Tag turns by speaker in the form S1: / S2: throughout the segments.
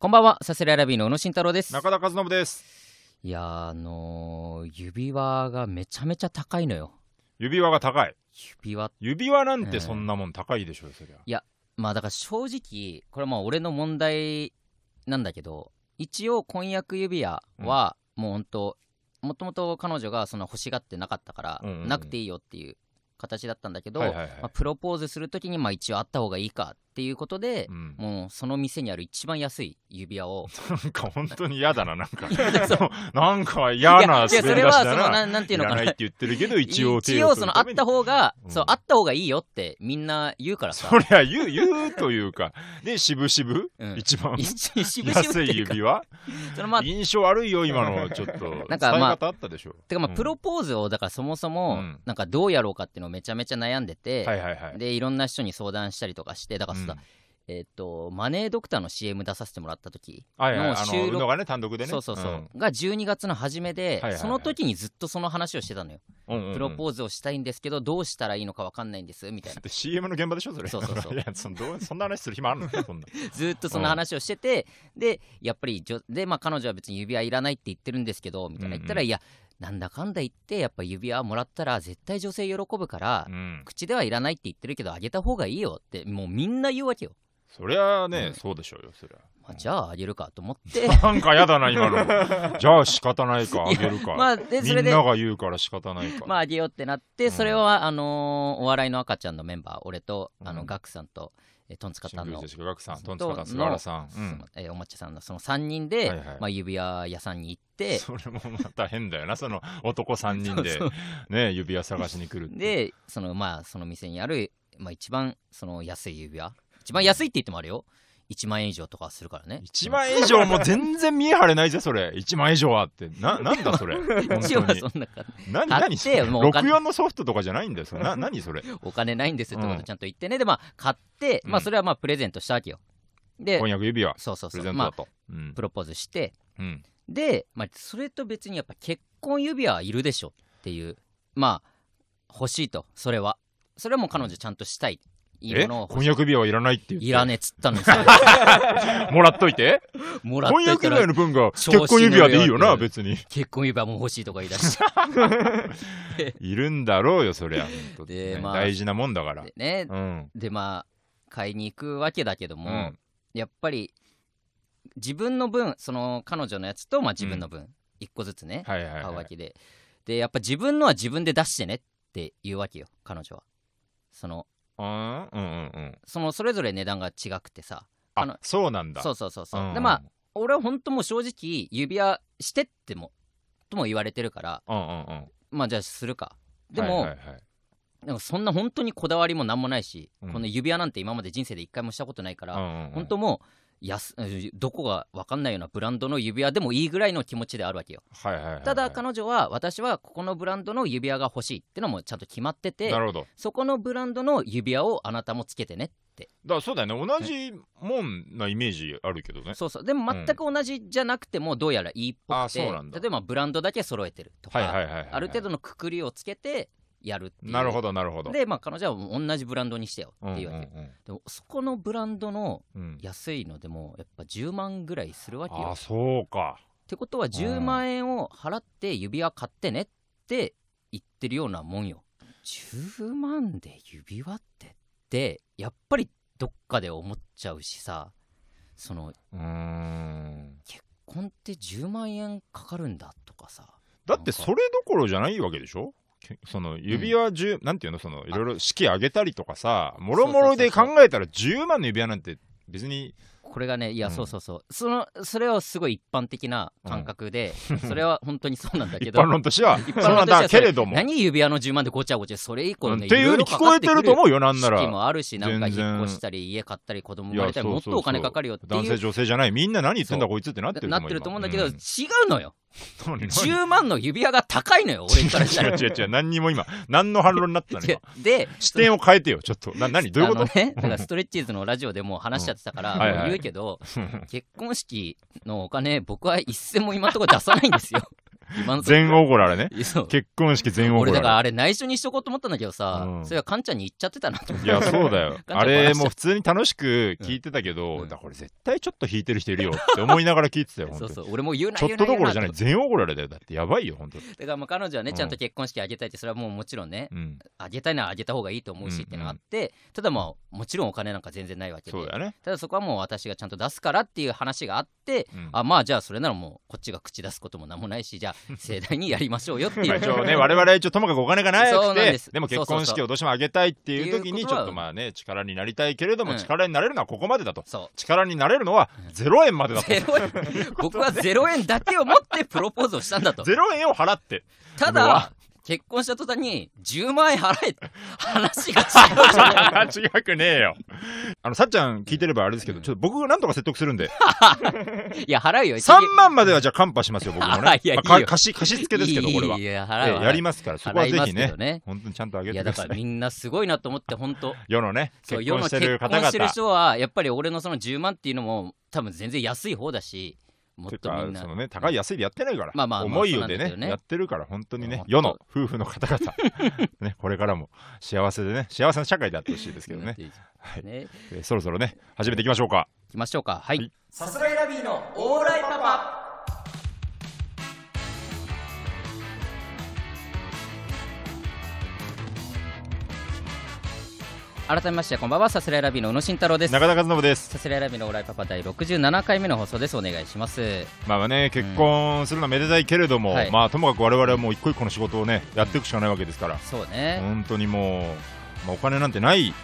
S1: こんばんは、サスレラビーの宇野慎太郎です。
S2: 中田和信です
S1: いやー、あのー指輪がめちゃめちゃ高いのよ。
S2: 指輪が高い
S1: 指輪、
S2: 指輪なんてそんなもん高いでしょそりゃ
S1: まあだから正直、これはまあ俺の問題なんだけど、一応婚約指輪は、もうほんと、もともと彼女がそんな欲しがってなかったから、
S2: うんうんうん
S1: なくていいよっていう形だったんだけど、
S2: はいはいはい
S1: まあ、プロポーズするときにまあ一応あった方がいいかっていうことで、
S2: うん
S1: もうその店にある一番安い指輪を
S2: なんか本当 に嫌だななんか
S1: いやだからそ
S2: なんか嫌な滑り出し
S1: いやいやそれは
S2: だ
S1: そのな
S2: な
S1: なんてい
S2: い
S1: の
S2: うら
S1: か
S2: な
S1: ない
S2: って言ってるけど一応
S1: 一
S2: 手を
S1: 応
S2: す
S1: そ
S2: る
S1: のあ
S2: た
S1: っ
S2: めに
S1: た方が、
S2: うん
S1: そうあった方がいいよってみんな言うからさ
S2: そりゃ言う言うというかで渋々、
S1: うん
S2: 一番
S1: 一番渋々って
S2: 安い
S1: いうか
S2: 指輪
S1: そのまあ
S2: 印象悪いよ今のちょっと
S1: なんか
S2: 伝え
S1: まあ
S2: 方あったでしょ
S1: てかまあ
S2: うん
S1: プロポーズをだからそもそも
S2: うん
S1: なんかどうやろうかっていうのをめちゃめちゃ悩んでて、
S2: はいはいはい
S1: でいろんな人に相談したりとかしてだからさ、
S2: うん
S1: えっとマネードクターの CM 出させてもらった時、
S2: はいはい
S1: もう
S2: あ
S1: 収
S2: の
S1: 録
S2: 宇野がね単独でね
S1: そうそうそう、
S2: ん
S1: が12月の初めで、
S2: いはいはい
S1: その時にずっとその話をしてたのよ、
S2: うんうんうん
S1: プロポーズをしたいんですけどどうしたらいいのかわかんないんですみたいな
S2: で CM の現場でしょそれ
S1: そうそうそう
S2: いやそのどうそんな話する暇あるのそんな
S1: ずっとその話をしてて、でやっぱり女で、まあ、彼女は別に指輪いらないって言ってるんですけどみたいな言ったら、
S2: うんう
S1: いやなんだかんだ言ってやっぱ指輪もらったら絶対女性喜ぶから、
S2: うん
S1: 口ではいらないって言ってるけどあげた方がいいよってもうみんな言うわけよ、
S2: そりゃあね、
S1: うん
S2: そうでしょうよ、そりゃ。
S1: まあ、じゃああげるかと思 って
S2: なんかやだな、今の。じゃあ仕方ないか、あげるか。
S1: まあで
S2: み
S1: そ
S2: ん
S1: れで
S2: なが言うから仕方ないか。
S1: まああげようってなってそれは、あのーお笑いの赤ちゃんのメンバー俺とあの、
S2: うん
S1: ガクさんと、えートンツカ
S2: シン
S1: タン
S2: グル
S1: の
S2: ジェシカガクさん、トンツ
S1: と
S2: カタン、菅原さん。
S1: の
S2: うん
S1: えーお抹茶さんのその3人で、
S2: はいはい
S1: まあ、指輪屋さんに行って
S2: それもまた変だよな、その男3人で
S1: そう、
S2: ね、指輪探しに来るって。
S1: でそのまあその店にある、まあ、一番その安い指輪一番安いって言ってもあれよ1万円以上とかするからね
S2: 1万円以上もう全然見え張れないぜ、それ。1万円以上はって。な、なんだそれ。本
S1: 一応
S2: 当
S1: は
S2: に
S1: そんな感
S2: 何、
S1: 買
S2: 何
S1: っ
S2: そ
S1: て
S2: れ。
S1: もうお金
S2: 64のソフトとかじゃないんだよ。それな、何それ。
S1: お金ないんですってこ
S2: う
S1: と
S2: ん
S1: ちゃんと言ってね、でまあ買って、まあ
S2: うん
S1: それはまあプレゼントしたわけよで
S2: 婚約指輪、
S1: そうそう
S2: プ
S1: そ
S2: レゼ
S1: う
S2: ント
S1: ま
S2: だ
S1: あ
S2: と。うん
S1: プ。ロポーズして
S2: うん
S1: で、まあ、それと別にやっぱ結婚指輪はいるでしょっていうまあ欲しいとそれはそれはもう彼女ちゃんとしたいいい
S2: え
S1: ものを欲
S2: 婚
S1: しい
S2: 約指輪はいらないって言って
S1: いらねえっつったのに さ
S2: もらっといて
S1: もらっと
S2: 婚
S1: い
S2: 約
S1: た
S2: 指輪
S1: ら
S2: の分が
S1: 調子に乗るよ
S2: 結婚指輪でいいよな、別に。
S1: 結婚指輪も欲しいとか言い出して
S2: いるんだろうよ、そりゃ。本 当
S1: で
S2: ね
S1: まあ
S2: 大事なもんだから
S1: で。ね、
S2: うん。
S1: でまあ買いに行くわけだけども、
S2: うん
S1: やっぱり自分の分その彼女のやつと、まあ、自分の分、一個ずつね、
S2: はいはい
S1: 買う
S2: は
S1: わ
S2: い。
S1: けででやっぱ自分のは自分で出してねって言うわけよ彼女はその
S2: あーうんうんうん。
S1: そのそれぞれ値段が違くてさあの
S2: あ、そうなんだ。
S1: そうそうそうそう、
S2: うんうん
S1: でまあ俺は本当もう正直指輪してってもとも言われてるから
S2: うんうんうん。
S1: まあじゃあするかでも、
S2: はいはいはい
S1: なんかそんな本当にこだわりもなんもないし、
S2: うん
S1: この指輪なんて今まで人生で一回もしたことないから、
S2: うんうんうん
S1: 本当もう安どこが分かんないようなブランドの指輪でもいいぐらいの気持ちであるわけよ
S2: はいはいはいはい。
S1: ただ彼女は私はここのブランドの指輪が欲しいってのもちゃんと決まってて
S2: なるほど。だか
S1: そこのブランドの指輪をあなたもつけてねって
S2: らそうだよね。同じもんなイメージあるけどね。
S1: そうそうでも全く同じじゃなくてもどうやらいいっぽくて、
S2: あそうなんだ
S1: 例えばブランドだけ揃えてるとか、
S2: はいはいはいはい。
S1: ある程度のくくりをつけてやるっていう
S2: なるほどなるほど。
S1: でまあ彼女はもう同じブランドにしてよ
S2: う
S1: っ
S2: んう
S1: て
S2: ん
S1: いう
S2: う
S1: わけ、
S2: ん
S1: でもそこのブランドの
S2: うん。
S1: 安いのでもやっぱ10万ぐらいするわけよ
S2: あー、そうか。
S1: ってことは10万円を払って指輪買ってねって言ってるようなもんよ10万で指輪ってってやっぱりどっかで思っちゃうしさその
S2: うーん。
S1: こんって10万円かかるんだとかさ
S2: だってそれどころじゃないわけでしょけその指輪10、なんていうのそのいろいろ式上げたりとかさもろもろで考えたら10万の指輪なんて別に
S1: これがねいや
S2: うん
S1: そうそうそう、そのそれはすごい一般的な感覚で、それは本当にそうなんだけ
S2: 一
S1: ど
S2: 般論としては
S1: 一般
S2: そう
S1: 論
S2: な
S1: とし
S2: ん
S1: ては
S2: だけれども、
S1: 何指輪の10万でごちゃごちゃそれ以降
S2: う
S1: の
S2: ん
S1: ね
S2: っていうふうに聞こえてると思うよなんな
S1: 時期
S2: ら
S1: もあるし、なんか
S2: 全然
S1: 引っ越したり、家買ったり、子供生まれたり、
S2: い
S1: も
S2: や
S1: っと
S2: そうそうそう
S1: お金かかるよっていう
S2: 男性女性じゃないみんな何言ってんだ
S1: そ
S2: こいつってなってると
S1: な
S2: 思
S1: っ
S2: う
S1: てると思うんだけ
S2: 今
S1: ど、
S2: う
S1: 違うのよ。
S2: 何何
S1: 10万の指輪が高いのよ、俺からした
S2: 違
S1: ら。
S2: う違う違う何にも今何の反論に なったの
S1: 違
S2: 今
S1: うで、
S2: 視点を変えてよちょっとな何どういうこ
S1: あ
S2: と
S1: のね、だからストレッチーズのラジオでもう話しちゃってたから、
S2: うんはいはい
S1: も う言うけど、結婚式のお金、僕は一銭も今のところ出さないんですよ。今のとこ
S2: 全大ごららね。
S1: いやそう
S2: 結婚式全大
S1: 俺
S2: ご
S1: だ
S2: ら
S1: から
S2: ら。
S1: あれ内緒にしとこうと思ったんだけどさ、
S2: うん
S1: それはカンちゃんに言っちゃってたなと思っ
S2: い
S1: て。
S2: や、そうだよ
S1: ガンちゃん
S2: あれ、もう普通に楽しく聞いてたけ
S1: うん
S2: ど、
S1: うん
S2: だからこれ絶対ちょっと弾いてる人いるよって思いながら聞いてたよ、本
S1: そ
S2: 当
S1: う
S2: に。
S1: そう俺も言うな
S2: ちょ
S1: 言
S2: っ
S1: うな
S2: と
S1: 言
S2: ど
S1: うな
S2: ころじゃない、
S1: と
S2: 全大ごららだよ。だってやばいよ、本当に。
S1: だからまあ彼女はね
S2: うん
S1: ちゃんと結婚式あげたいってそれはもうもちろんね
S2: うん。
S1: あげたいならあげた方がいいと思うしってのがあって、ただまあもちろんお金なんか全然ないわけで
S2: そうだよね。
S1: ただそこはもう私がちゃんと出すからっていう話があって、
S2: うん
S1: あまあじゃあそれならもうこっちが口出すこともなんもないしじ ゃあ盛大にやりましょうよっていう
S2: まあ一応ね、我々一応ともかくお金がな
S1: そうな
S2: く
S1: んで
S2: て
S1: す、
S2: でも
S1: そうそ
S2: 結
S1: うそう
S2: 婚式をどうしてもあげたいっていう時
S1: ってい
S2: に、
S1: う
S2: ち
S1: ことは
S2: ょっとまあね、力になりたいけれど
S1: うん
S2: も、力になれるのはここまでだと。
S1: そ
S2: 力になれるのは0円ま で
S1: う
S2: だと。
S1: ゼロ円僕はゼロ円だけを持ってプロポーズをしたんだと
S2: 0円を払 って。
S1: た
S2: のは
S1: だ結婚した途端に10万円払えって 話が違うじゃない
S2: 間 違くねえよ。あの、さっちゃん聞いてればあれですけど、
S1: うん
S2: ちょっと僕がなんとか説得するんで、
S1: いや払うよ
S2: 3万まではじゃあカンパしますよ、僕 も
S1: あい
S2: ね。
S1: や
S2: まあ
S1: いいよ
S2: か貸し、貸し付けですけど、これは。
S1: い
S2: え
S1: や払う
S2: え
S1: 払う
S2: やりますから、そこは
S1: 払い
S2: ぜ
S1: ます
S2: ひ
S1: けど
S2: ね、
S1: ね
S2: 本当にちゃんとあげ
S1: い
S2: て
S1: や
S2: くだ
S1: だ
S2: さ
S1: から
S2: い。
S1: みんなすごいなと思って本当
S2: 世のね、
S1: そう
S2: 結
S1: 世
S2: 婚
S1: の
S2: して
S1: 結
S2: る方
S1: 婚してる
S2: 々。
S1: 人はやっぱり俺のその10万っていうのも多分全然安い方だしもってとみん
S2: か
S1: な
S2: そのね、高い安いでやってないから、
S1: まあまあまあ
S2: 思いを
S1: そう
S2: で
S1: なんだ
S2: ね
S1: けどね
S2: やってるから、本当にね
S1: 本、当
S2: 世の夫婦の方 々、ね、これからも幸せでね、幸せな社会であってほしいですけどね、
S1: ね
S2: はい
S1: ね
S2: えーそろそろね、始めていきましょうか。
S1: 行きましょうかはい、
S2: はい
S1: さすがいラビーのオーライパパ改めましてこんばんはさすらいラビーの宇野慎太郎です
S2: 中田和信です。
S1: さすらいラビーのオーライパパ第67回目の放送ですお願いします
S2: まあね、結婚するのはめでたいけれども、
S1: はい
S2: まあともかく我々はもう一個一個の仕事をね、やっていくしかないわけですから、
S1: そうね、
S2: 本当にもう、まあ、お金なんてない、
S1: うん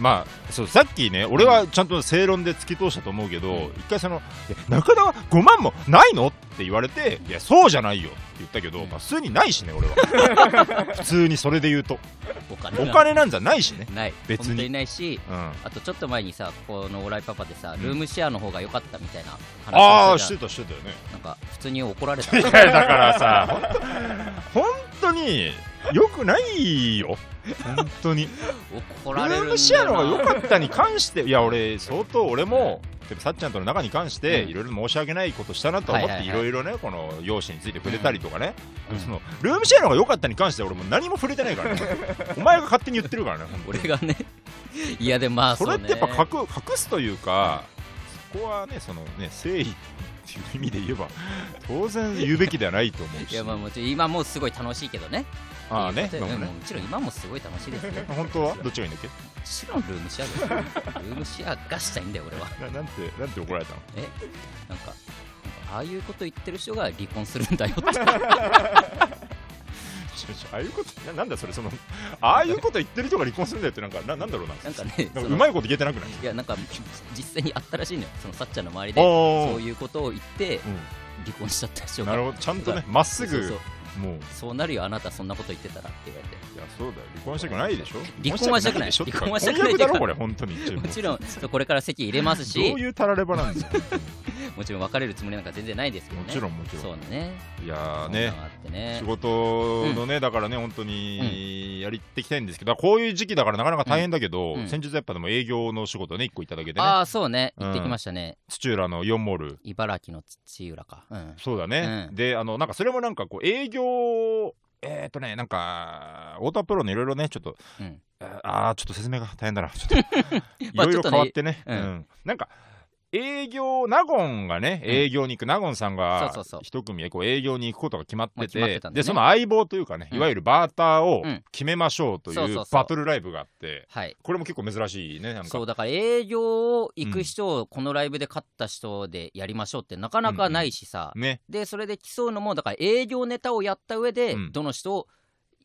S2: まあそうさっきね、俺はちゃんと正論で突き通したと思うけど、
S1: うん
S2: 一回その、え中田は5万もないのって言われて、いや、そうじゃないよって言ったけど、まあ、普通にないしね、俺は。 普通にそれで言うと、
S1: お金
S2: お
S1: が
S2: 金なんざないしね。
S1: ない
S2: 別に
S1: 本当にないし
S2: うん、あ
S1: あとちょっと前にさこのオーライパパでさ
S2: うん
S1: ルームシェアの方が良かったみたいな話
S2: あ
S1: を
S2: ー、
S1: し
S2: しててた、してたよね。
S1: たなんか普通に怒られた
S2: いや だから さ本当によくないよ本当に
S1: 怒
S2: ル
S1: られるんだよな
S2: ームシェアの方が良かったに関していや俺相当俺もでもさっちゃんとの中に関して
S1: うん
S2: いろいろ申し訳ないことしたなと
S1: は
S2: 思
S1: い
S2: っ
S1: は
S2: て
S1: い
S2: い
S1: はい
S2: ろいろねこの容姿について触れたりとかね
S1: うん
S2: そのルームシェアの方が良かったに関しては俺もう何も触れてないか らねお前が勝手に言ってるからね本当
S1: 俺
S2: に
S1: がね いやでもまあ
S2: そ
S1: そう
S2: れ
S1: ね
S2: ってやっぱ隠隠すというかそこはねそのね誠意っていう意味で言えば当然言うべきではないと思う
S1: い
S2: し
S1: やまあもちろん今もうすごい楽しいけどね
S2: ああね
S1: うん
S2: 今もね
S1: もちろん今もすごい楽しいですよも
S2: 本当はどっちがいいんだっけ
S1: ちろんルームシェアだよルームシェアがしたいんだよ俺は
S2: ななんてなんて怒られたの
S1: えなんかなんかああいうこと言ってる人が離婚するんだよって
S2: ちょちょ ああいうことななんだそれそのああいうこと言ってる人が離婚するんだよってなんかななんだろうな
S1: なんかね
S2: なん
S1: そ
S2: かう
S1: の
S2: まいこと言えてなくない
S1: いやなんか実際にあったらしいのよそのさっちゃんの周り
S2: あ
S1: で
S2: ー
S1: そういうことを言って離婚しちゃった人
S2: うん
S1: が
S2: なるほどちゃんとねまっすぐ
S1: そうそう
S2: もうい
S1: そうなるよあなたそんなこと言ってたらって言われて
S2: やそうだよ離婚したくないでしょ
S1: 離婚はしたくない
S2: でしょってか
S1: 離婚はしたくない
S2: 婚約だろこれ本当に一応
S1: もちろん そうこれから席入れます
S2: どう
S1: し
S2: いうたらればなんですか
S1: もちろん別れるつもりなんか全然ないですけどね
S2: もちろんもち
S1: そ
S2: ろ
S1: うね
S2: んいやー
S1: そ
S2: ね
S1: んなのがあってね
S2: 仕事のね、だからね本当にやりていきたいんですけど、こういう時期だからなかなか大変だけど、
S1: うんうん
S2: 先日やっぱでも営業の仕事ね一個いただけてね
S1: ああそうね行ってきましたね、
S2: 土浦のイオンモール
S1: 茨城の土浦か、うん、
S2: そうだね、
S1: うん
S2: であのなんかそれもなんかこう営業えっ、とねなんか太田プロのいろいろねちょっと、
S1: うん
S2: あーちょっと説明が大変だなちょっとい
S1: まあ
S2: ろい
S1: ちょっ
S2: ろ
S1: とね
S2: 変わってね、
S1: うん
S2: うんなんか営業納言がね
S1: うん
S2: 営業に行く納言さん
S1: そ
S2: が
S1: うそうそう
S2: 一組でこう営業に行くことが決まっ
S1: まあ
S2: て
S1: 決
S2: て,、
S1: まってたんだね
S2: でその相棒というかね、
S1: うん
S2: いわゆるバーターを
S1: うん
S2: 決めましょうとい
S1: そうそう
S2: う
S1: そう
S2: バトルライブがあって
S1: はい
S2: これも結構珍しいねなんか
S1: そうだから営業を行く人をこのライブで勝った人でやりましょうってなかなかないしさ、
S2: ね
S1: でそれで競うのもだから営業ネタをやった上で
S2: うん
S1: どの人を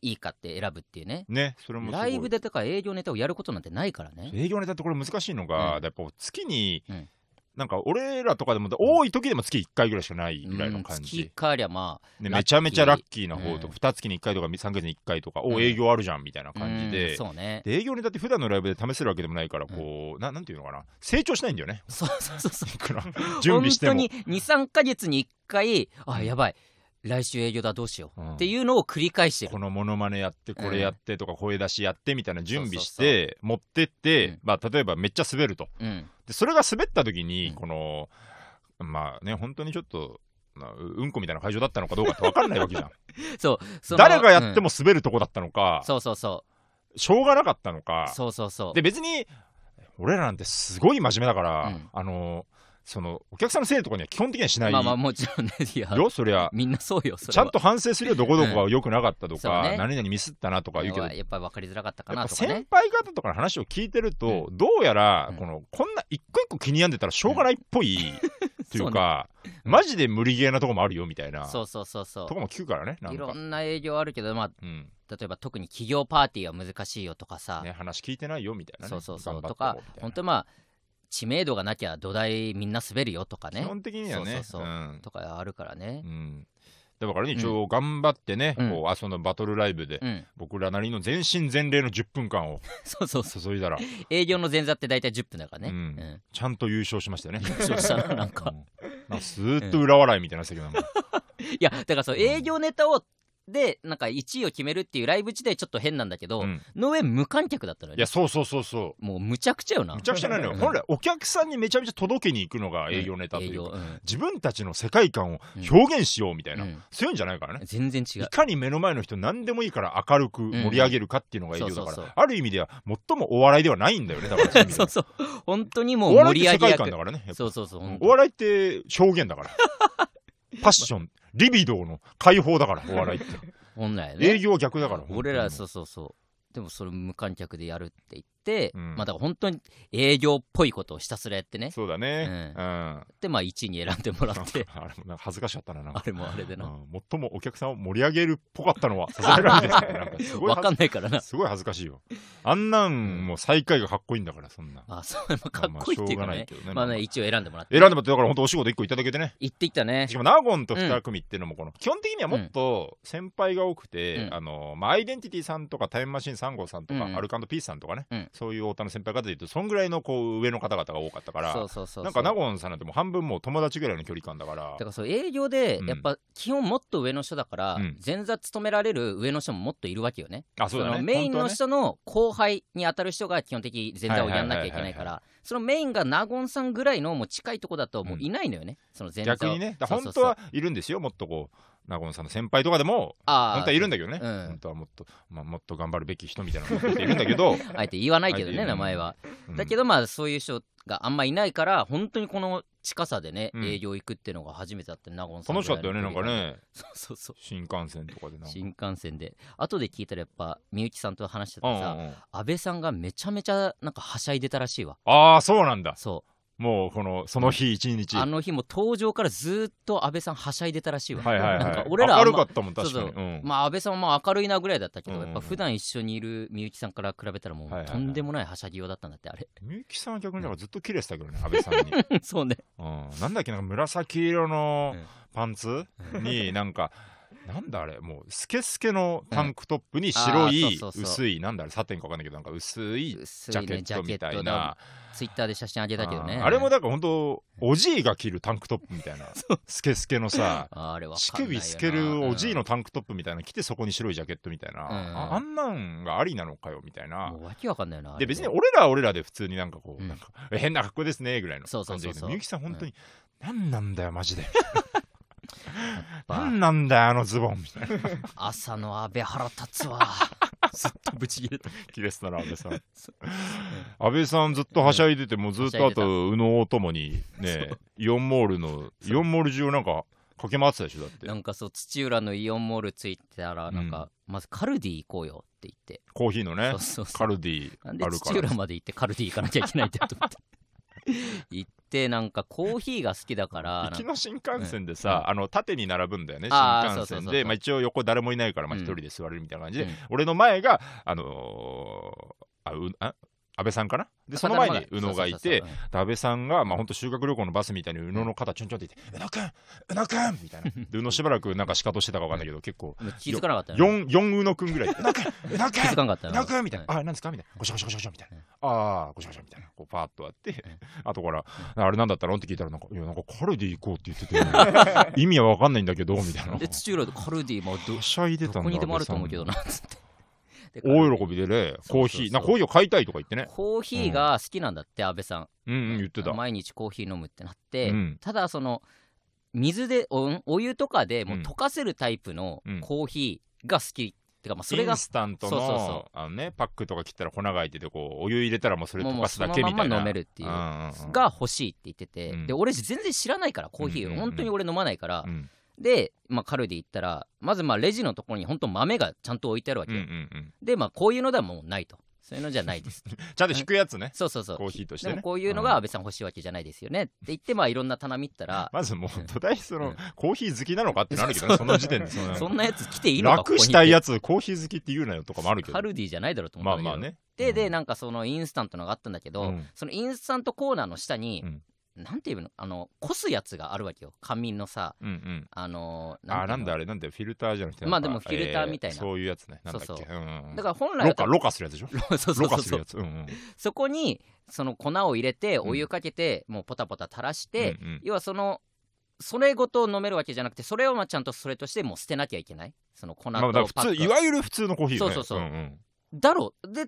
S1: いいかって選ぶっていうね、
S2: ねそれもすごい
S1: ライブでだから営業ネタをやることなんてないからね
S2: 営業ネタってこれ難しいのが、
S1: うん
S2: やっぱ月に、
S1: うん
S2: なんか俺らとかでも多い時でも月1回ぐらいしかないぐらいの感
S1: うん、
S2: じ
S1: 月、かりゃまあ
S2: で
S1: ラッキー
S2: めちゃめちゃラッキーな方と
S1: うん
S2: か、2月に1回とか3月に1回とか、
S1: うん
S2: お営業あるじゃんみたいな感じで,、
S1: うんそうね
S2: で営業ネタって普段のライブで試せるわけでもないからこう、ななんていうのかな成長しないんだよね
S1: そうそうそうそう
S2: い くら準備しても
S1: 本当に23か月に1回あやばい来週営業だどうしよう、
S2: うん
S1: っていうのを繰り返してる
S2: このモノマネやってこれやってとか声出しやってみたいな準備し
S1: そうそ
S2: て持ってっ
S1: う
S2: て
S1: ん、
S2: まあ、例えばめっちゃ滑ると。
S1: うん
S2: でそれが滑った時に、
S1: うん
S2: このまあね本当にちょっとなううんこみたいな会場だったのかどうかって分かんないわけじゃん
S1: そう その
S2: 誰がやって
S1: うん
S2: も滑るとこだったのか、
S1: そうそうそ
S2: しょうがなかったの
S1: う
S2: か
S1: そうそうそう
S2: で別に俺らなんてすごい真面目だから、
S1: うん
S2: あのそのお客さんのせいとかには基本的にはしない
S1: まあまあもちろんねいや
S2: よそりゃ
S1: みんなそうよそれは
S2: ちゃんと反省するよどこどこが良くなかったと
S1: そう
S2: か、
S1: ね
S2: 何々ミスったなとか言うけど
S1: やっぱり分かりづらかったか
S2: やっ
S1: な
S2: ぱ
S1: とかね
S2: 先輩方とかの話を聞いてると、どうやら
S1: うん
S2: このこんな一個一個気に病んでたらしょうがないっぽいというか
S1: うん
S2: マジで無理ゲーなとこもあるよみたいな
S1: そ
S2: と
S1: うそうそうそ
S2: こも聞くからねな
S1: うんいろ
S2: か、
S1: んな営業あるけどまあ
S2: うん
S1: 例えば特に企業パーティーは難しいよとかさ、
S2: ね、話聞いてないよみたいなね、
S1: そうそうそう
S2: 頑張っ
S1: とか
S2: こみたいな
S1: 本当にまあ知名度がなきゃ土台みんな滑るよとかね
S2: 基本的にはね
S1: そうそうそう
S2: うん
S1: とかあるからね
S2: う、んだからね一応頑張ってね、
S1: うん
S2: こうあそのバトルライブで
S1: うん
S2: 僕らなりの全身全霊の10分間を
S1: そうそうそう
S2: 注い だら
S1: 営業の前座って大体10分だからね、
S2: う
S1: うんん
S2: ちゃんと優勝しましたよね
S1: 優勝したななんか
S2: うんなんかずーっと裏笑いみたいな席なの
S1: いやだからそう営業ネタをでなんか1位を決めるっていうライブ自体ちょっと変なんだけど、
S2: うん
S1: の上無観客だったのよ
S2: い
S1: ね
S2: やそうそうそうそう
S1: もうむちゃくちゃよな
S2: むちゃくちゃなのよ。本来、お客さんにめちゃめちゃ届けに行くのが営業ネタと
S1: 営
S2: いう
S1: 業
S2: か、
S1: うん
S2: 自分たちの世界観を
S1: うん
S2: 表現しようみたいな、
S1: うん
S2: そういうんじゃないからね。
S1: 全然違
S2: いうかに目の前の人何でもいいから明るく盛り上げるかっていうのが営業だ
S1: うんうん
S2: か
S1: そうそう
S2: ら
S1: そ、
S2: ある意味では最もお笑いではないんだよね、だからそういう意味 で
S1: そ
S2: は
S1: う。そう本当にも
S2: お
S1: う
S2: 笑
S1: 盛
S2: いっ
S1: り上
S2: て世
S1: げ
S2: 界観だ
S1: 役
S2: からね。やっぱ
S1: そうそうそう本当
S2: お笑いって表現 だから。パッション、リビドーの解放だから、お笑いって。
S1: 本来は ね
S2: 営業は逆だから。
S1: 俺ら
S2: 本
S1: そうそうそうでもそれ無観客でやるって言って、
S2: うん
S1: まあだから本当に営業っぽいことをひたすらやってね
S2: 当にそうだね。
S1: う
S2: う。
S1: ん
S2: あ
S1: でまあ1位に選んでもら
S2: れも
S1: って
S2: なんか恥ずかしかったな、なんか
S1: あ。れもあれでな
S2: うん最もお客さんを盛り上げるっぽかったのはさすがにですねなんかすごい
S1: 分か
S2: 恥
S1: んないからな
S2: ずすごい恥ずかしいよあんなんもう最下位がかっこいいんだからそんな
S1: あそうまあかっこいいっていうかね
S2: まあまあしょうがないけどね
S1: まあね一応選んでもらって
S2: 選んでもらってだから本当お仕事一個いただけてね
S1: 行ってきたね
S2: しかもナーゴンと2組っていうのもこの、基本的にはもっと先輩が多くて、
S1: うん
S2: あのまあ、アイデンティティさんとかタイムマシーン3号さんとか、
S1: うん
S2: アルカンドピースさんとかね、
S1: うん
S2: そういう太田の先輩方でいうとそんぐらいのこう上の方々が多かったから
S1: そうそうそうそう
S2: なんかナーゴンさんなんてもう半分もう友達ぐらいの距離感だから
S1: だからそう営業で
S2: うん
S1: やっぱ基本もっと上の人だから、
S2: うん
S1: 前座務められる上の人ももっといるわけよね
S2: あそうだね
S1: のメインの
S2: 本
S1: 人の後輩に当たる人が基本的に前座をやんなきゃいけない
S2: はいはいは
S1: か
S2: いは
S1: らそのメインが納言さんぐらいのもう近いとこだともういないのよね、その前座を
S2: 逆にねだから
S1: そうそ
S2: 本
S1: うそ
S2: 当
S1: う
S2: はいるんですよもっとこうナゴンさんの先輩とかでも
S1: ああ
S2: 本当はいるんだけどね、
S1: うん
S2: 本当はもっと、まあ、もっと頑張るべき人みたいなのがいるんだけど、
S1: あえて言わないけど
S2: あえ
S1: ね
S2: て
S1: 名前は、
S2: う ん
S1: だけどまあそういう人があんまいないから本当にこの近さでね、
S2: うん
S1: 営業行くっていうのが初めてだった納言さん
S2: 楽しかったよねなんか
S1: ぐらいの
S2: ね
S1: そうそうそう
S2: 新幹線とかでなんか
S1: 新幹線で後で聞いたらやっぱみゆきさんと話して
S2: う
S1: た
S2: んう
S1: らさ、
S2: んうん
S1: 安倍さんがめちゃめちゃなんかはしゃいでたらしいわ
S2: ああそうなんだ
S1: そ
S2: もうこのその日一日
S1: うあの日も登場からずーっと安倍さんはしゃいでたらしいわ、
S2: はいはい
S1: なん
S2: は
S1: か
S2: い
S1: 俺らあ
S2: 明
S1: ん
S2: る
S1: ま
S2: かったもん確かに
S1: そうそう
S2: うん
S1: まあ安倍さんも明るいなぐらいだったけど、
S2: うんうんうん
S1: やっぱ普段一緒にいるみゆきさんから比べたらも
S2: はいはいうはい
S1: とんでもないはしゃぎようだったんだってあれ
S2: みゆきさんは逆にだからずっとキレてたけどね安倍さんに、
S1: そうね
S2: うん、なんだっけなんか紫色の
S1: うん
S2: パンツになんかなんだあれもうスケスケのタンクトップに
S1: う
S2: 白
S1: んあ
S2: い
S1: ーそうそうそう
S2: 薄いなんだあれサテンかわかんないけどなんか薄い
S1: 薄
S2: ジャ
S1: い
S2: ケ
S1: ね
S2: ッ
S1: ジャ
S2: ト
S1: ケ
S2: みた
S1: ット
S2: いな
S1: だツイッターで写真あげたけどね
S2: あーあれもだから本当おじいが着るタンクトップみたいな スケスケのさ
S1: あーあれわ
S2: 乳
S1: かんないよ
S2: 首
S1: な
S2: 透けるおじいのタンクトップみたいなの着てそこに白いジャケットみたいな、
S1: ん
S2: ああんなんがありなのかよみたい
S1: うん
S2: な
S1: もうわけわかんないよなあ
S2: で
S1: れ
S2: 別に俺らは俺らで普通になんかこう、
S1: うん
S2: なんかえ変な格好ですねぐらいの
S1: そうそ
S2: 感
S1: う
S2: じ
S1: そ
S2: だ
S1: うそう
S2: けどみゆきさん本当に、なんなんだよマジで
S1: やっぱ
S2: なんなんだよあのズボンみたいな
S1: 朝の安倍腹立つ わずっとぶち切れた
S2: 着れてたな安倍さん
S1: そ
S2: 安倍さんずっとはしゃいでてもうずっと
S1: はしゃ
S2: あ
S1: いでた
S2: と右脳ともにねイオンモールのイオンモール中をなんか駆け回ってたでしょだって
S1: なんかそう土浦のイオンモールついてたらなんか、まずカルディ行こうよって言って
S2: コーヒーのね
S1: そうそうそう
S2: カルディあ
S1: なん
S2: る
S1: で
S2: から
S1: 土浦まで行ってカルディ行かなきゃいけないんだよと 思って行ってなんかコーヒーが好きだから
S2: 行
S1: な
S2: き
S1: んか
S2: の新幹線でさ、あの縦に並ぶんだよね
S1: あー
S2: 新幹
S1: そうそうそ
S2: 線
S1: うそ
S2: で
S1: う
S2: まあ一応横誰もいないからまあ
S1: うん
S2: 一人で座れるみたいな感じで、
S1: うん
S2: 俺の前があのーあうあ安倍さんかなでその前に宇野がいて
S1: そうそうそうそう
S2: で安倍さんが、まあ、本当修学旅行のバスみたいに宇野の肩ちょんちょんって言って「宇野くん宇野くん!」みたいなで宇野しばらくなんか仕方してたか分かんないけど結構
S1: うんもう気づかなかったよね
S2: 4宇野くんぐらいで「宇野くん宇野く
S1: 気づか
S2: ん!」
S1: なかったよ
S2: なんかみたい
S1: う
S2: な、あ、なんですかみたいな、ごしゃごしゃごしゃごしゃみたいな
S1: うん、
S2: ああ、ごしゃごしゃみたいな、こうパーっとあって
S1: うん、
S2: 後から、あれなんだったのって聞いたら、なんか、いや、なんかカルディ行こうって言っ てて、意味はわかんないんだけど、みたい
S1: ん
S2: な。
S1: で土浦でカルディもど
S2: はしゃいでた
S1: ど
S2: んだ
S1: こにでもあると思うけど
S2: 安倍
S1: なつって
S2: さん大喜びでね、
S1: そうそうそう
S2: コーヒー、なんかコーヒーを買いたいとか言ってね、
S1: コーヒーが好きなんだって、安倍さん。
S2: うんうん、言ってた。
S1: 毎日コーヒー飲むってなって、
S2: うん
S1: ただ、その、水でおお湯とかでもううん溶かせるタイプの
S2: うん
S1: コーヒーが好き、ってかまあそれ
S2: イ
S1: が
S2: ンスタントの
S1: そうそうそ
S2: あの、ね、パックとか切ったら粉が入っててこうお湯入れたらもうそれ
S1: もう
S2: 溶
S1: もう
S2: かす
S1: そ
S2: だ
S1: の
S2: けみたいな
S1: まんま飲めるっていう
S2: うんうんうん
S1: が欲しいって言ってて、
S2: うん
S1: で俺全然知らないからコーヒーを、
S2: うんうんうん
S1: 本当に俺飲まないから、
S2: うん
S1: で、まあ、カルディ行ったらまずまあレジのところに本当豆がちゃんと置いてあるわ
S2: う
S1: け
S2: んう
S1: よ、
S2: んうん
S1: でまあこういうのではもうないとそういうのじゃないです
S2: ちゃんと引くやつね
S1: そうそうそう
S2: コーヒーとして
S1: で
S2: ね
S1: もこういうのが安倍さん欲しいわけじゃないですよねって言ってまあいろんな棚見たら
S2: まずも
S1: うん
S2: う土台その、
S1: うん
S2: コーヒー好きなのかってなるけどねその時点でその
S1: そんなやつ来ていいのか
S2: 楽したい
S1: や
S2: やつコーヒー好きって言うなよとかもあるけど
S1: カルディじゃないだろうと思っ
S2: まあ
S1: たんだけど
S2: まあね
S1: でで
S2: うん
S1: なんかそのインスタントのがあったんだけど、
S2: うん
S1: そのインスタントコーナーの下に、
S2: うん
S1: なんていうのあのこすやつがあるわけよ紙のさ
S2: うんうん
S1: あのーて
S2: あ
S1: い
S2: な
S1: うんの
S2: だあれなんだよフィルターじゃなくて
S1: まあ
S2: なんか
S1: でもフィルターみたいな
S2: えそういうやつねなんだっけ
S1: そうそう
S2: うんうんうん
S1: だから本来
S2: ろ過
S1: は
S2: ろ過するやつでしょ
S1: そうそうそう
S2: ろ過す
S1: そ
S2: る
S1: う
S2: やつうんうん
S1: そこにその粉を入れてお湯かけて、もうポタポタ垂らして、
S2: うんうん
S1: 要はそのそれごと飲めるわけじゃなくてそれをまあちゃんとそれとしてもう捨てなきゃいけないその粉とパ
S2: まあ、だから普通
S1: ッ
S2: い
S1: ク
S2: わゆる普通のコーヒーよね
S1: そうそうそうん
S2: ん
S1: だろで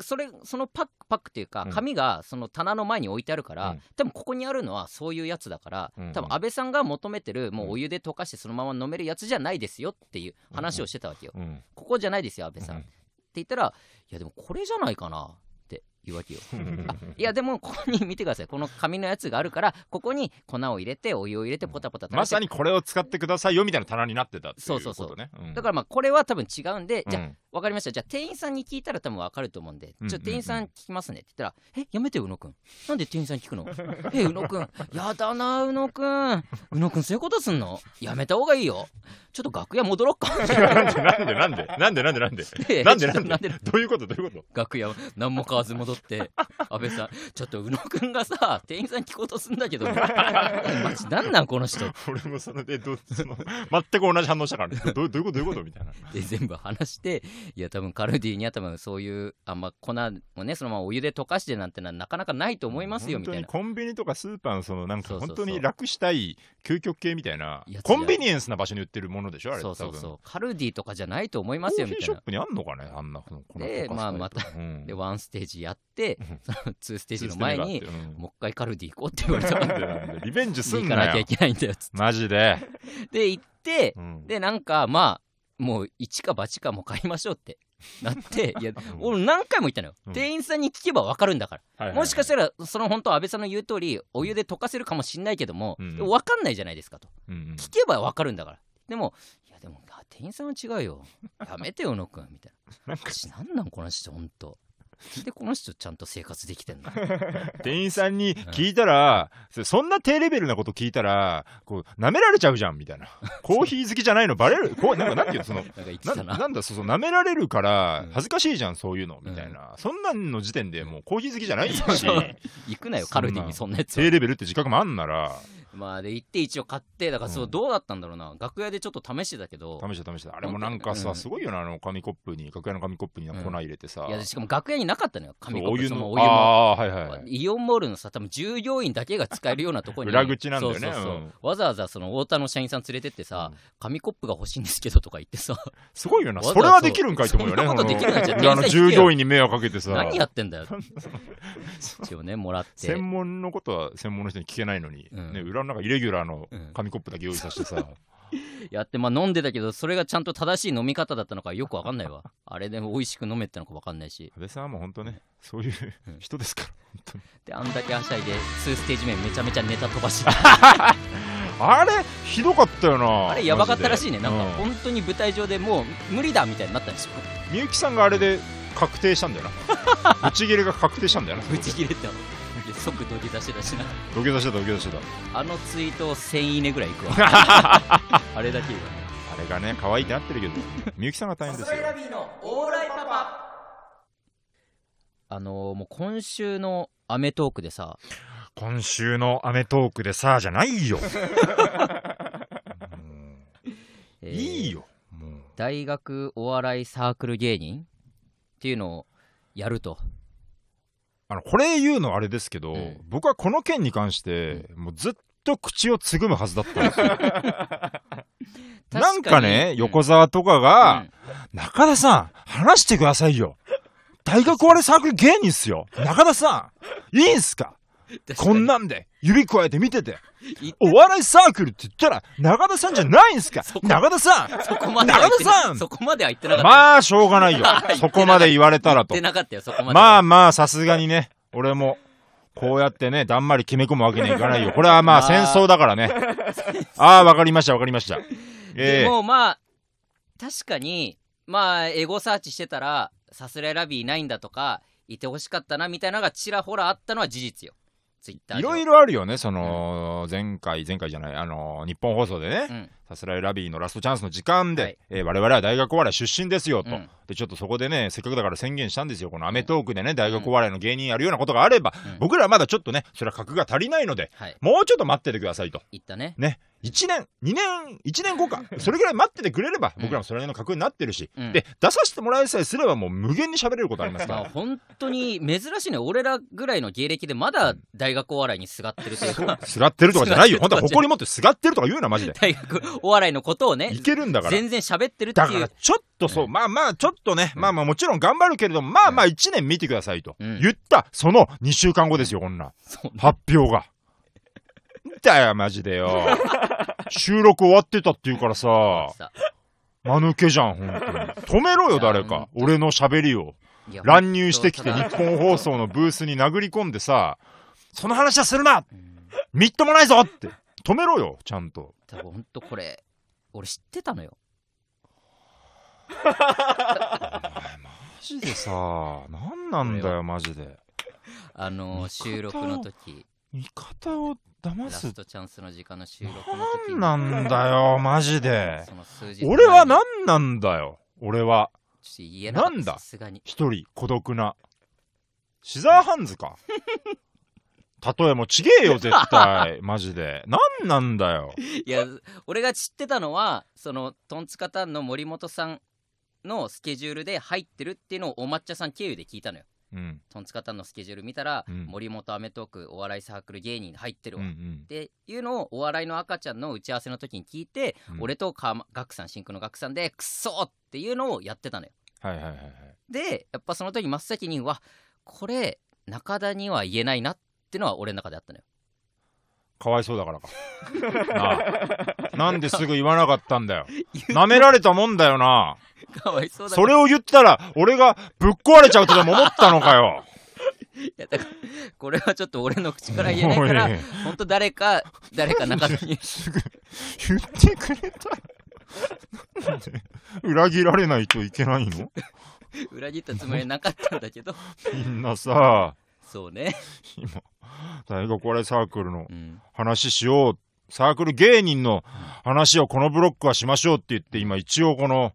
S1: それそのパックパックっていうか
S2: うん
S1: 紙がその棚の前に置いてあるから、
S2: うん
S1: 多分ここにあるのはそういうやつだから、
S2: うんうん
S1: 多分安倍さんが求めてるもうお湯で溶かしてそのまま飲めるやつじゃないですよっていう話をしてたわけよ、
S2: うん
S1: ここじゃないですよ安倍さん、
S2: うん
S1: って言ったらいやでもこれじゃないかなって言うわけ よ
S2: うん
S1: あいやでもここに見てくださいこの紙のやつがあるからここに粉を入れてお湯を入れてポタポタ垂ら
S2: ま
S1: して
S2: さにこれを使ってくださいよみたいな棚になってたっていうことね。
S1: そうそうそう
S2: うん
S1: だからまあこれは多分違うんで、じゃあ
S2: うん
S1: 分かりましたじゃあ店員さんに聞いたら多分分かると思うんで、
S2: うん
S1: ちょっと店員さん聞きますねって言ったら「えやめて宇野くんなんで店員さん聞くのえ宇野くんやだな宇野くん宇野くんそういうことすんのやめた方がいいよちょっと楽屋戻ろっか」
S2: なんでなんでなんでなんでなんで
S1: え
S2: なんで
S1: ちょっと
S2: なんでなんでどういうことどういうこ
S1: 楽屋何も買わず戻っ て安倍さんちょっと宇野くんがさ店員さんに聞こうとすん だけどマジなんなんこの人
S2: と俺もそれでど その全く同じ反応したからねどうどういうことどういうことみたいな。
S1: で全部話していや多分カルディには多分そういうあんま粉をねそのままお湯で溶かしてなんてのはなかなかないと思いますよみたい
S2: 本
S1: な
S2: 当にコンビニとかスーパーのそのなん
S1: そう
S2: か
S1: そうそ
S2: 本
S1: う
S2: 当に楽したい究極系みたいな
S1: やつじゃ
S2: コンビニエンスな場所に売ってるものでしょあれ
S1: そうそう
S2: 多分
S1: そうカルディとかじゃないと思います
S2: コ
S1: よ
S2: ーヒ
S1: み
S2: ー
S1: たい
S2: ショッ
S1: な
S2: プにあんのかねあんなこのこの
S1: で
S2: 溶かすタイプ
S1: まあまた
S2: うん
S1: でワンステージやって
S2: うん
S1: そのツーステージの前に
S2: うん
S1: もう一回カルディ行こうって言われた
S2: なんでなんでリベンジ す
S1: 行
S2: ん
S1: か
S2: な
S1: なきゃ
S2: よ
S1: いけないんだよつっ
S2: マジで、
S1: てで行って
S2: うん
S1: でなんかまあもう一か八かもう買いましょう ってなっていや
S2: うん
S1: 俺何回も言ったのよ、
S2: うん
S1: 店員さんに聞けば分かるんだから
S2: はいはいはい
S1: もしかしたらその本当安倍さんの言う通りお湯で溶かせるかもしんないけども、
S2: うん
S1: 分かんないじゃないですかと
S2: うんうん
S1: 聞けば分かるんだからでもいやでもあ店員さんは違うよやめてよ宇野くんみたいな
S2: なん
S1: マジなんなんこの人ほんとなんでこの人ちゃんと生活でき てんの
S2: 店員さんに聞いたら、そそんな低レベルなこと聞いたら、こう、舐められちゃうじゃん、みた いな。コーヒー好きじゃないのバレる。こう、なんか、なんていうの、その、
S1: なんか言って
S2: な
S1: たな
S2: なんだ、そうそう、舐められるから
S1: うん、
S2: 恥ずかしいじゃん、そういうの、みたいな。そんなんの時点でもうコーヒー好きじゃないし、
S1: 行くなよカルディにそんなやつは
S2: 低レベルって自覚もあんなら、
S1: まあで行って一応買ってだからそううんどうだったんだろうな、楽屋でちょっと試してたけど
S2: 試した試した。あれもなんか
S1: うん
S2: さ、すごいよな、あの、紙コップに、楽屋の紙コップに
S1: うん
S2: 粉入れてさ
S1: い、やしかも楽屋になかったのよ紙コ
S2: お
S1: ップ
S2: 湯
S1: その
S2: の
S1: お、湯も
S2: ああ、はいはいはい。
S1: イオンモールのさ多分従業員だけが使えるようなところに
S2: 裏口なんだよね
S1: そうそうそう
S2: うん
S1: わざわざその太田の社員さん連れてってさ、
S2: うん
S1: 紙コップが欲しいんですけどとか言ってさ
S2: すごいよな。
S1: わざ
S2: そ
S1: わざ
S2: れはできるんかいと思うよね。
S1: そんなことできるなんじゃ
S2: あの、
S1: 天才聞けよ
S2: 従業員に迷惑かけてさ。
S1: 何やってんだよ一応ねもらって
S2: 専門のことは専門の人に聞けないのに、
S1: うん
S2: ね、裏の中イレギュラーの
S1: うん
S2: 紙コップだけ用意さ せてさ、
S1: やってまあ飲んでたけどそれがちゃんと正しい飲み方だったのかよくわかんないわあれでも美味しく飲めってのかわかんないし
S2: 安倍さんはもう本当ね、そういう
S1: うん
S2: 人ですから、本
S1: であんだけはしゃいで2ステージ目めちゃめちゃネタ飛ばして
S2: 当にあれ、ひどかったよな。
S1: あれやばかったらしいねな
S2: マジ
S1: ん
S2: で
S1: か本当に舞台上でもう無理だみたいになったんですよ
S2: うんみゆきさんがあれで確定したんだよ な。打ち切れが確定したんだよな。
S1: ぶち切れたで即土下座してたしな
S2: 土下座してた、土下座してた。
S1: あのツイート1000いいねぐらいい くわあれだけ言うわ
S2: あれがね、可愛いってなってる けど、みゆきさんが大変ですよ。
S1: ビーのオーライパパあのー、もう今週の『アメトーーク』でさ
S2: 今週のアメトークでさあじゃないよ。うん
S1: えー
S2: いいよ。もう
S1: 大学お笑いサークル芸人っていうのをやると
S2: あの、これ言うのはあれですけど、
S1: うん
S2: 僕はこの件に関して、もうずっと口をつぐむはずだったんですよ。なんかね、横澤とかが、中田さん、話してくださいよ。大学お笑いサークル芸人っすよ。中田さん、いいんすかこんなんで指加えて見ててお笑いサークルって言ったら永田さんじゃないんすか
S1: そこ
S2: 永田さん
S1: そこまでは言って
S2: 中野さん
S1: そこまでは言ってなかった。
S2: まあしょうが ないよそこまで言われたらと
S1: 言ってなかったよ、そこまで。
S2: まあまあさすがにね俺もこうやってねだんまり決め込むわけにはいかないよこれはま あ
S1: まあ
S2: 戦争だからねああわかりましたわかりましたえ
S1: で
S2: え
S1: もまあ、確かに、まあ、エゴサーチしてたら、さすらいラビーいないんだとか、いてほしかったなみたいなのがちらほらあったのは事実よ。ツイッター
S2: いろい
S1: ろ。
S2: ろあるよね、その、前回、前回じゃない、あの、日本放送で
S1: う
S2: ね、
S1: ん。
S2: さすらいラビーのラストチャンスの時間で、
S1: はい
S2: えー我々は大学お笑い出身ですよと、
S1: うん
S2: で、ちょっとそこでね、せっかくだから宣言したんですよ、このアメトークでね、大学お笑いの芸人やるようなことがあれば、
S1: うん
S2: 僕らはまだちょっとね、それは格が足りないので、
S1: はい。
S2: もうちょっと待っててくださいと。
S1: 言ったね。
S2: ね、1年、2年、1年後 か、それぐらい待っててくれれば、僕らもそれなりの格になってるし、
S1: うん
S2: で、出させてもらえさえすれば、もう無限に喋れることありますか
S1: ま
S2: ら
S1: あ、。本当に珍しいね。俺らぐらいの芸歴でまだ大学お笑いにすがってるというか、
S2: すらってるとかじゃないよ。本当は誇り持ってすがってるとか言うな、マジで。
S1: 大学お笑いのことをね
S2: い、けるんだから。
S1: 全然喋ってるって
S2: だか
S1: い
S2: ら
S1: う。
S2: ちょっとそう、
S1: う
S2: まあまあちょっとね、まあまあもちろん頑張るけれども、まあまあ1年見てくださいと、
S1: うん
S2: 言ったその2週間後ですよこんな
S1: そう
S2: 発表が。だよマジでよ 収録終わってたって言うからさ
S1: さ
S2: 間抜けじゃん本当に止めろよ誰か俺の喋りを
S1: いや
S2: 乱入してきて
S1: 本
S2: 日
S1: 当
S2: 本放送のブースに殴り込んでさその話はするな
S1: うん
S2: みっともないぞって止めろよちゃんと
S1: 多分本当これ俺知ってたのよ
S2: マジでさ何なんだよマジで
S1: あのー収録の時
S2: 味方を騙
S1: ラ
S2: す
S1: ストチャンスの時間の収録の時に
S2: なんなんだよ、マジで。
S1: その数日前に
S2: 俺は
S1: ちょっと
S2: 何なんだよ、俺は。
S1: 言えなかった
S2: なんだ
S1: さすがに
S2: 一人、孤独な。シザーハン ズか。例えもちげえよ、絶対。マジで。何なんだよ。
S1: いや俺が知ってたのはそのトンツカタンの森本さんのスケジュールで入ってるっていうのをお抹茶さん経由で聞いたのよ
S2: うん。
S1: トンツカタンのスケジュール見たら、
S2: うん
S1: 森本アメトークお笑いサークル芸人入ってる
S2: うんう
S1: わ、っ
S2: ん。
S1: ていうのをお笑いの赤ちゃんの打ち合わせの時に聞いて、
S2: うん
S1: 俺とかガクさん真空のガクさんでクソっていうのをやってたのよ
S2: はいはいはいはい。
S1: でやっぱその時真っ先にうわこれ中田には言えないなってのは俺の中であったのよ
S2: かわいそうだからか。なあなんですぐ言わなかったんだよ。舐められたもんだよな。
S1: かわいそうだ
S2: それを言ったら、俺がぶっ壊れちゃうとでも思ったのかよ。
S1: いやだからこれはちょっと俺の口から言えないか
S2: おい
S1: ら本当誰か誰か中田 に
S2: すぐ言ってくれたよなんで裏切られないといけないの
S1: 裏切ったつもりはなかったんだけど
S2: みんなさ
S1: そうね、
S2: 今大学お笑いサークルの
S1: うん、
S2: 話しようサークル芸人の話をこのブロックはしましょうって言って今一応この、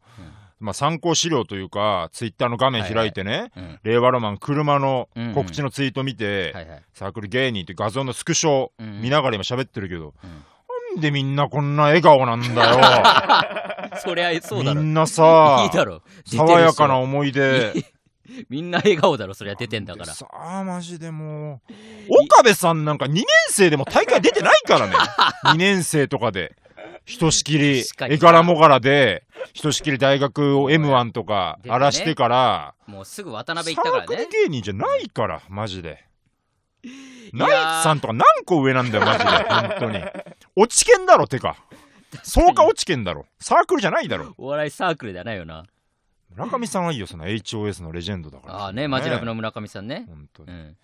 S2: まあ、参考資料というかツイッターの画面開いてね、
S1: うん
S2: 令和ロマン車の告知のツイート見て、
S1: はいはい
S2: サークル芸人って画像のスクショ
S1: うん
S2: 見ながら今喋ってるけど、
S1: うん
S2: なんでみんなこんな笑顔なんだ よ
S1: そりゃそう
S2: み
S1: だろい
S2: んな さ
S1: いだろ出てるし
S2: 爽やかな思い出
S1: みんな笑顔だろそりゃ出て んだから
S2: さあマジでもう岡部さんなんか2年生でも大会出てないか らね2年生とかでひとしきり
S1: 確かにな
S2: 絵柄もがらでひとしきり大学を m 1とか
S1: 出てね
S2: 荒らしてから、
S1: もうすぐ渡辺行
S2: サ
S1: ったから
S2: ーク
S1: ね
S2: ル芸人じゃないからマジで
S1: や
S2: ナ
S1: ー
S2: イツさんとか何個上なんだよマジで本当に落ち券だろてかそうか落ち券だろサークルじゃないだろ
S1: お笑いサークルじゃないよな
S2: 村上さんはいいよその HOS のレジェンドだから
S1: ああねマジラブの村上さんね
S2: 本当に
S1: うん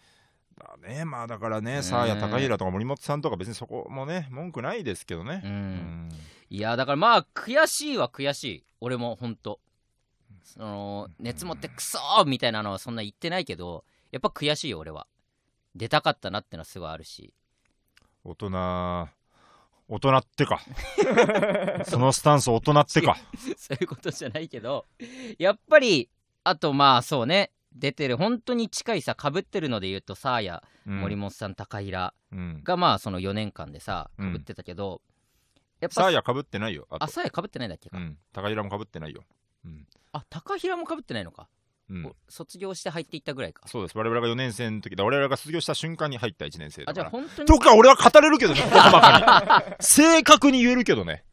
S2: だねまあだから
S1: う
S2: ね
S1: ん
S2: さあや高平とか森本さんとか別にそこもね文句ないですけど
S1: う
S2: ね、
S1: んいやだからまあ悔しいは悔しい俺もほんとその熱持ってクソーみたいなのはそんな言ってないけどやっぱ悔しいよ俺は出たかったなってのはすごいあるし
S2: 大人大人っ てかそのスタンス大人ってか
S1: そういうことじゃないけどやっぱりあとまあそうね出てる本当に近いさかぶってるので言うとサーヤ
S2: うん
S1: 森本さん高平
S2: うん
S1: がまあその4年間でさ
S2: うん
S1: かぶってたけど、やっ
S2: さあ
S1: ぱ
S2: やかぶってないよあと
S1: あサーヤかぶってないんだっけ
S2: う
S1: か、
S2: ん高平もかぶってないようん、
S1: あ高平もかぶってないのか、
S2: うん
S1: お、卒業して入っていったぐらいか
S2: そうです我々が4年生の時だ我々が卒業した瞬間に入った1年生
S1: あ
S2: だ
S1: じ
S2: か
S1: ゃあ
S2: ら
S1: 本当に
S2: とか俺は語れるけどね言葉ばかに 正確に言えるけどね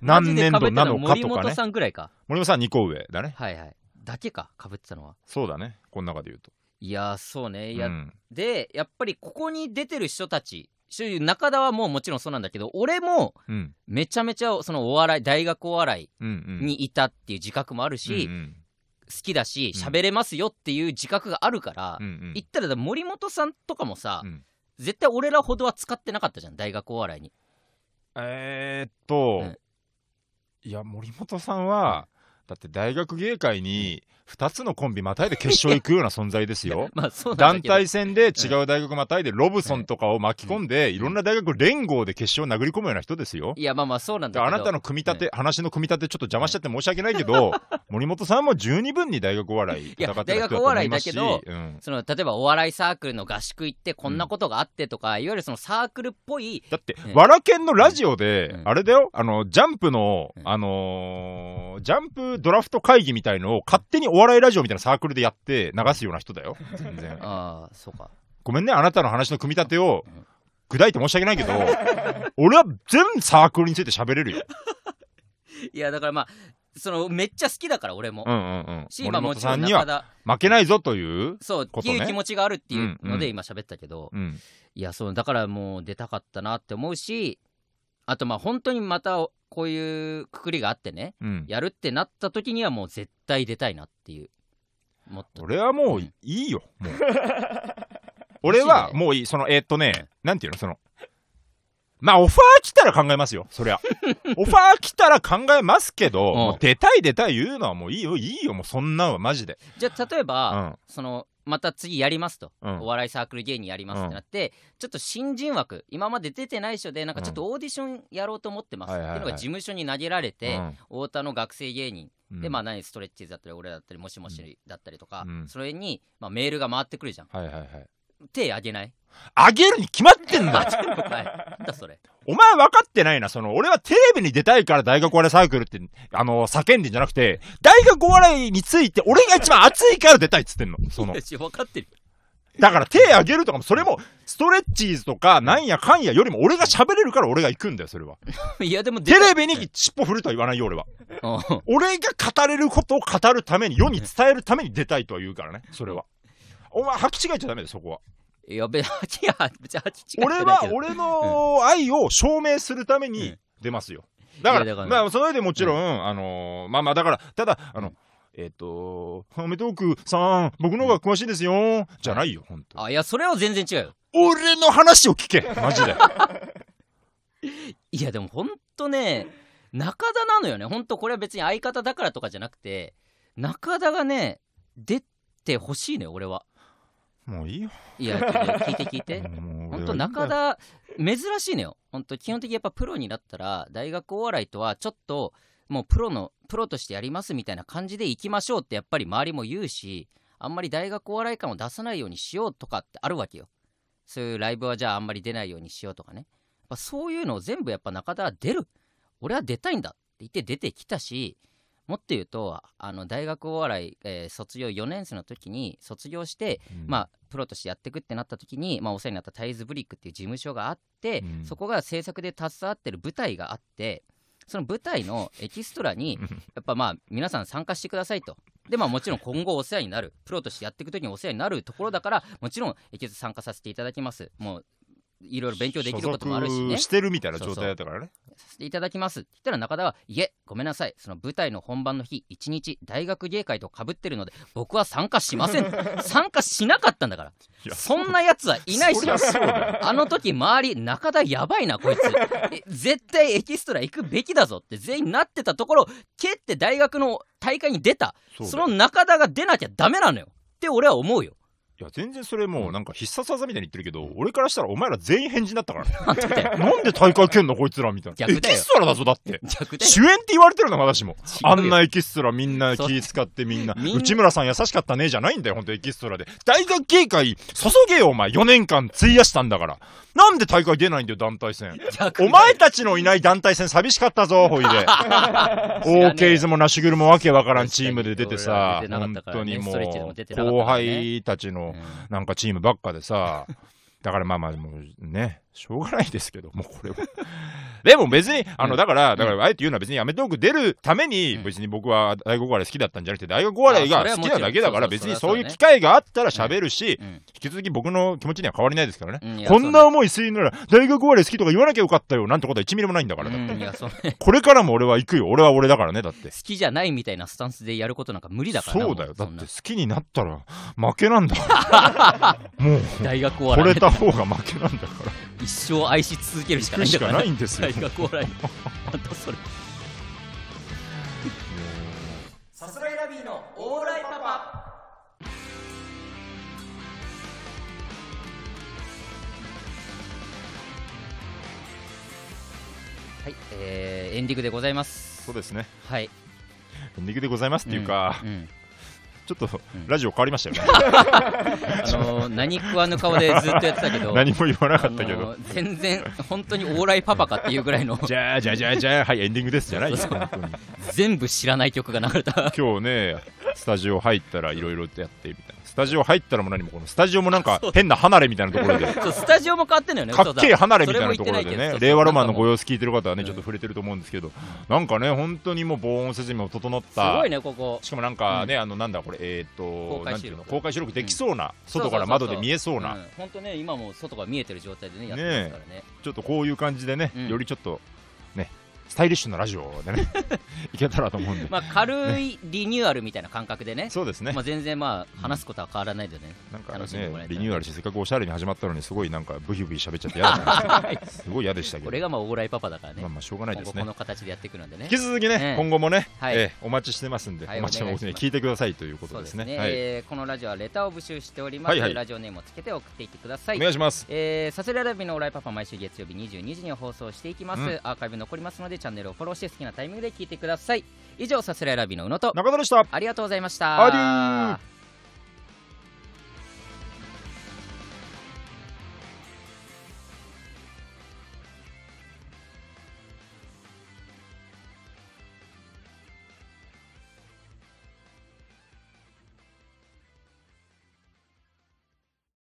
S2: 何年度なのかと
S1: 森
S2: か
S1: 本
S2: ね
S1: さんぐらいか
S2: 森本さん2個上だね
S1: はいはいだけかかぶってたのは
S2: そうだねこの中で言うと
S1: いやそうねいや、
S2: うん
S1: でやっぱりここに出てる人たちし中田はもうもちろんそうなんだけど俺も
S2: うん
S1: めちゃめちゃそのお笑い大学お笑
S2: うんう
S1: い
S2: ん
S1: にいたっていう自覚もあるし、
S2: うんうん
S1: 好きだし
S2: うん
S1: 喋れますよっていう自覚があるから、
S2: うんうん
S1: 言ったらだ森本さんとかもさ、
S2: うん
S1: 絶対俺らほどは使ってなかったじゃん大学お笑いに
S2: えーっと、
S1: うん
S2: いや森本さんはだって大学芸会に2つのコンビまたいで決勝行くような存在ですよ
S1: まあそうなんだ
S2: 団
S1: けど
S2: 体戦で違う大学またいでロブソンとかを巻き込んでいろんな大学連合で決勝を殴り込むような人ですよ
S1: いやまあまあそうなんだ
S2: で
S1: けど
S2: あなたの組み立て話の組み立てちょっと邪魔しちゃって申し訳ない けど森本さんも十二分に大学お笑い戦ってた人だと思いますし
S1: いや大学お笑いだ
S2: うん
S1: その例えばお笑いサークルの合宿行ってこんなことがあってとか、いわゆるそのサークルっぽい
S2: だって
S1: うん、
S2: わらけんのラジオで
S1: う、ん
S2: あれだよ、あの、ジャンプの
S1: う、ん
S2: あのージャンプドラフト会議みたいのを勝手にお笑いラジオみたいなサークルでやって流すような人だよ。全 然。
S1: ああそうか
S2: ごめんね、あなたの話の組み立てを
S1: うん
S2: 砕いて申し訳ないけ ど、俺は全サークルについて喋れるよ。
S1: いやだからまあそのめっちゃ好きだから俺も、
S2: うんうんうん。
S1: し
S2: 森
S1: まあも
S2: 本
S1: ち
S2: さ
S1: ろ
S2: ん
S1: ん
S2: に
S1: 中
S2: は
S1: 田
S2: 負けないぞという。
S1: そう、
S2: こ
S1: っ
S2: と
S1: て
S2: ね
S1: いう気持ちがあるっていうの
S2: うんう
S1: で
S2: ん
S1: 今喋ったけど、
S2: うん。
S1: いやそうだからもう出たかったなって思うしあとまあ本当にまたこういうくくりがあってね
S2: うん。
S1: やるってなった時にはもう絶対出たいなっていうもっと
S2: 俺はもういいよ、 もう。俺はもういい、その、えーっとね、なんていうの、その、まあ、オファー来たら考えますよ、そりゃ。オファー来たら考えますけど、
S1: ん
S2: もう出たい出たい言うのはもういいよ、いいよ、もうそんなんはマジで。
S1: じゃあ例え
S2: う
S1: ば、
S2: ん。
S1: そのまた次やりますと、
S2: うん
S1: お笑いサークル芸人やりますってなって、ちょっと新人枠今まで出てない人でなんかちょっとオーディションやろうと思ってますっていう
S2: はい
S1: の
S2: はい
S1: が
S2: はい
S1: 事務所に投げられて、
S2: うん
S1: 太田の学生芸人
S2: うん
S1: で、まあ、何ストレッチーズだったり俺だったりもしもしだったりとか、
S2: うん
S1: それに、まあ、メールが回ってくるじゃん
S2: はいはいはい。
S1: 手あげない
S2: あげるに決まってんだ
S1: あちょっとはいなんだそれ
S2: お前分かってないな、その、俺はテレビに出たいから大学お笑いサークルって、あの、叫んでんじゃなくて、大学お笑いについて俺が一番熱いから出たいっつってんの、そ
S1: い
S2: の。
S1: や分かってる
S2: だから手あげるとかも、それも、ストレッチーズとか、なんやかんやよりも俺が喋れるから俺が行くんだよ、それは。
S1: いやでも出
S2: テ
S1: た
S2: レビに尻尾振るとは言わないよ、俺は。
S1: うん
S2: 俺が語れることを語るために、世に伝えるために出たいとは言うからね、それは。お前、履き違えちゃダメだよ、そこは。
S1: いや別にいや別に違って
S2: 俺
S1: ないけ
S2: は
S1: ど、
S2: 俺の愛を証明するために出ますよ。だか、
S1: いやだからら
S2: まあ、その上でもちろん、あのーまあまあ、だから、ただ、あの、えっ、と、アメトークさん、僕の方が詳しいですよ、じゃないよ、本当。
S1: あいやそれは全然違うよ
S2: 俺の話を聞け、マジで。
S1: いやでもほんとね中田なのよねほんとこれは別に相方だからとかじゃなくて中田がね出てほしいのよ俺は
S2: もういいよ。
S1: いやちょっと聞いて聞いて
S2: もう俺はい
S1: 本
S2: い
S1: 当
S2: んだよ
S1: 中田珍しいのよ本当基本的にやっぱプロになったら大学お笑いとはちょっともうプロのプロとしてやりますみたいな感じで行きましょうってやっぱり周りも言うしあんまり大学お笑い感を出さないようにしようとかってあるわけよそういうライブはじゃああんまり出ないようにしようとかねやっぱそういうのを全部やっぱ中田は出る俺は出たいんだって言って出てきたしもっと言うとあの大学お笑い、えー卒業4年生の時に卒業して
S2: うん
S1: まあ、プロとしてやっていくってなった時に、まあ、お世話になったタイズブリックっていう事務所があって、
S2: うん
S1: そこが制作で携わってる舞台があってその舞台のエキストラ にやっぱまあ皆さん参加してくださいと。でまあ、もちろん今後お世話になるプロとしてやっていく時にお世話になるところだからもちろんエキストラ参加させていただきますもういろいろ勉強できることもあるし
S2: 所
S1: ね
S2: 属してるみたいな状態だったからね。
S1: させていただきますって言ったら中田は「いえごめんなさいその舞台の本番の日一日大学芸会とかぶってるので僕は参加しま せん」参加しなかったんだから
S2: いや
S1: そんなやつはいない
S2: そ
S1: し
S2: りゃそうだよ
S1: あの時周り中田やばいなこいつえ絶対エキストラ行くべきだぞって全員なってたところ蹴って大学の大会に出た
S2: そ
S1: そう
S2: だよ
S1: の中田が出なきゃダメなのよって俺は思うよ
S2: いや、全然それもうなんか必殺技みたいに言ってるけど、俺からしたらお前ら全員変人だったからね。
S1: なんて言ったよ
S2: なんで大会蹴んのこいつらみたいな。エ
S1: 逆だよ
S2: キストラだぞだって。
S1: 逆だよ
S2: 主演って言われてるの私も。あんな
S1: 違うよ
S2: エキストラみんな気使ってみんな。
S1: みんな
S2: 内村さん優しかったねじゃないんだよ、ほんとエキストラで。大学警戒注げよお前。4年間費やしたんだから。なんで大会出ないんだよ、団体戦。
S1: 逆だ
S2: お
S1: よ
S2: 前たちのいない団体戦寂しかっ たぞ、ほいで。オーケイズもナシュグルもわけわからんチームで出てさ、
S1: 確かに俺ら出てなか
S2: 本
S1: ったから
S2: 当に
S1: ね
S2: も
S1: ストレッチでも
S2: う
S1: 出てなかった
S2: 後
S1: からね
S2: 輩たちの
S1: うん
S2: なんかチームばっかでさ、だからまあまあもうね、しょうがないですけど、もうこれは。 でも別に、あ
S1: う
S2: の、
S1: ん
S2: だから、
S1: ん
S2: だから、あえて言うのは別にアメトーーク出るために、
S1: うん
S2: 別に僕は大学お笑い好きだったんじゃなくて、大学お笑い
S1: あ
S2: が
S1: それは
S2: 好
S1: もち
S2: き
S1: ろ
S2: なんだけだか
S1: そう
S2: ら、
S1: そ
S2: 別
S1: う
S2: に
S1: そう
S2: そういう機会があったら喋るし、
S1: うん
S2: 引き続き僕の気持ちには変わりないですからね。
S1: うんいや
S2: こんな
S1: そう
S2: 思いするなら、大学お笑い好きとか言わなきゃよかったよ、なんてことは1ミリもないんだから、だっ
S1: ね
S2: て
S1: うんいやそうね
S2: これからも俺は行くよ、俺は俺だからね、だって
S1: 好。きじゃないみたいなスタンスでやることなんか無理だからな
S2: そうだよ
S1: も
S2: だっ
S1: ん
S2: て
S1: な
S2: 好きになったら負けなんだからもう
S1: 大学お
S2: 惚
S1: 笑
S2: れ
S1: い
S2: た方が負けなんだから
S1: 一生愛し続けるしか
S2: 行
S1: な
S2: く
S1: いんだ
S2: し
S1: か
S2: からな
S1: ない
S2: んですよ
S1: 大学お笑いなんだそれさすらいラビーのオーライパパはい、えー、エンディングでございます
S2: そうですね
S1: はい
S2: エンディングでございますっていうか、
S1: んん
S2: ちょっと
S1: うん
S2: ラジオ変わりましたよね、
S1: あのー何食わぬ顔でずっとやってたけど
S2: 何も言わなかったけ
S1: あ
S2: ど
S1: のー全然本当にオーライパパかっていうぐらいの
S2: じゃあじゃあじゃあじゃあはいエンディングですじゃないです本当に
S1: 全部知らない曲が流れた
S2: 今日ねスタジオ入ったらいろいろやってみたいなスタジオ入ったらもう何もこのスタジオもなんか変な離れみたいなところで
S1: そうスタジオも変わってんだよね
S2: かっけえ離れみたいなところ
S1: それも言って
S2: で
S1: ないけど、
S2: ね令和ロマンのご
S1: 用
S2: 様子聞いてる方はね、
S1: うん
S2: ちょっと触れてると思うんですけど、なんかね、本当にもう防音設備も整っ
S1: す
S2: た
S1: ごい、ねここ
S2: しかもなんかね、あのなんだこれ、えー
S1: 公
S2: っと、
S1: 開
S2: なん
S1: 収録
S2: ていうの、公開収録できそうな、外から窓で見えそうな、
S1: 本当ね今もう外が見えてる状態でねやってますからね
S2: ちょっとこういう感じでね
S1: うん、
S2: よりちょっとね、スタイリッシュなラジオ でね、いけたらと思うんで、
S1: まあ軽いリニューアルみたいな感覚でね
S2: そうですね
S1: まあ、、全然まあ話すことは変わらないでね、
S2: なんか
S1: 楽しんでもらえ
S2: ね、
S1: たら
S2: リニューアルして、せっかくおしゃれに始まったのに、すごいなんか、ブヒブヒ喋っちゃって 嫌だなすごい嫌でしたけ
S1: これ
S2: ど、
S1: がまあオーライパパだからね
S2: まあまあ、しょうがない
S1: 今
S2: で
S1: 後
S2: す
S1: こ
S2: ね。
S1: の形でやっていくのでね
S2: 引き続き
S1: ええ
S2: ね、今後もね、
S1: はい
S2: ええお待ちしてますんで、
S1: はい
S2: お待ちしてま
S1: お
S2: す
S1: 願い
S2: ね、
S1: します
S2: 聞いてくださいということ
S1: そう
S2: で
S1: ですすね
S2: ね。はい
S1: えーこのラジオはレターを募集しております、
S2: はいはい
S1: ラジオネームをつけて送っていってください
S2: お願いします。
S1: えー、サスレラビのオーライパパ毎週月曜日22時に放送していきます、
S2: うん
S1: アーカイブ残りますのでチャンネルをフォローして好きなタイミングで聞いてください以上サスレラビの宇野と
S2: 中田でした。
S1: ありがとうございました
S2: アデュー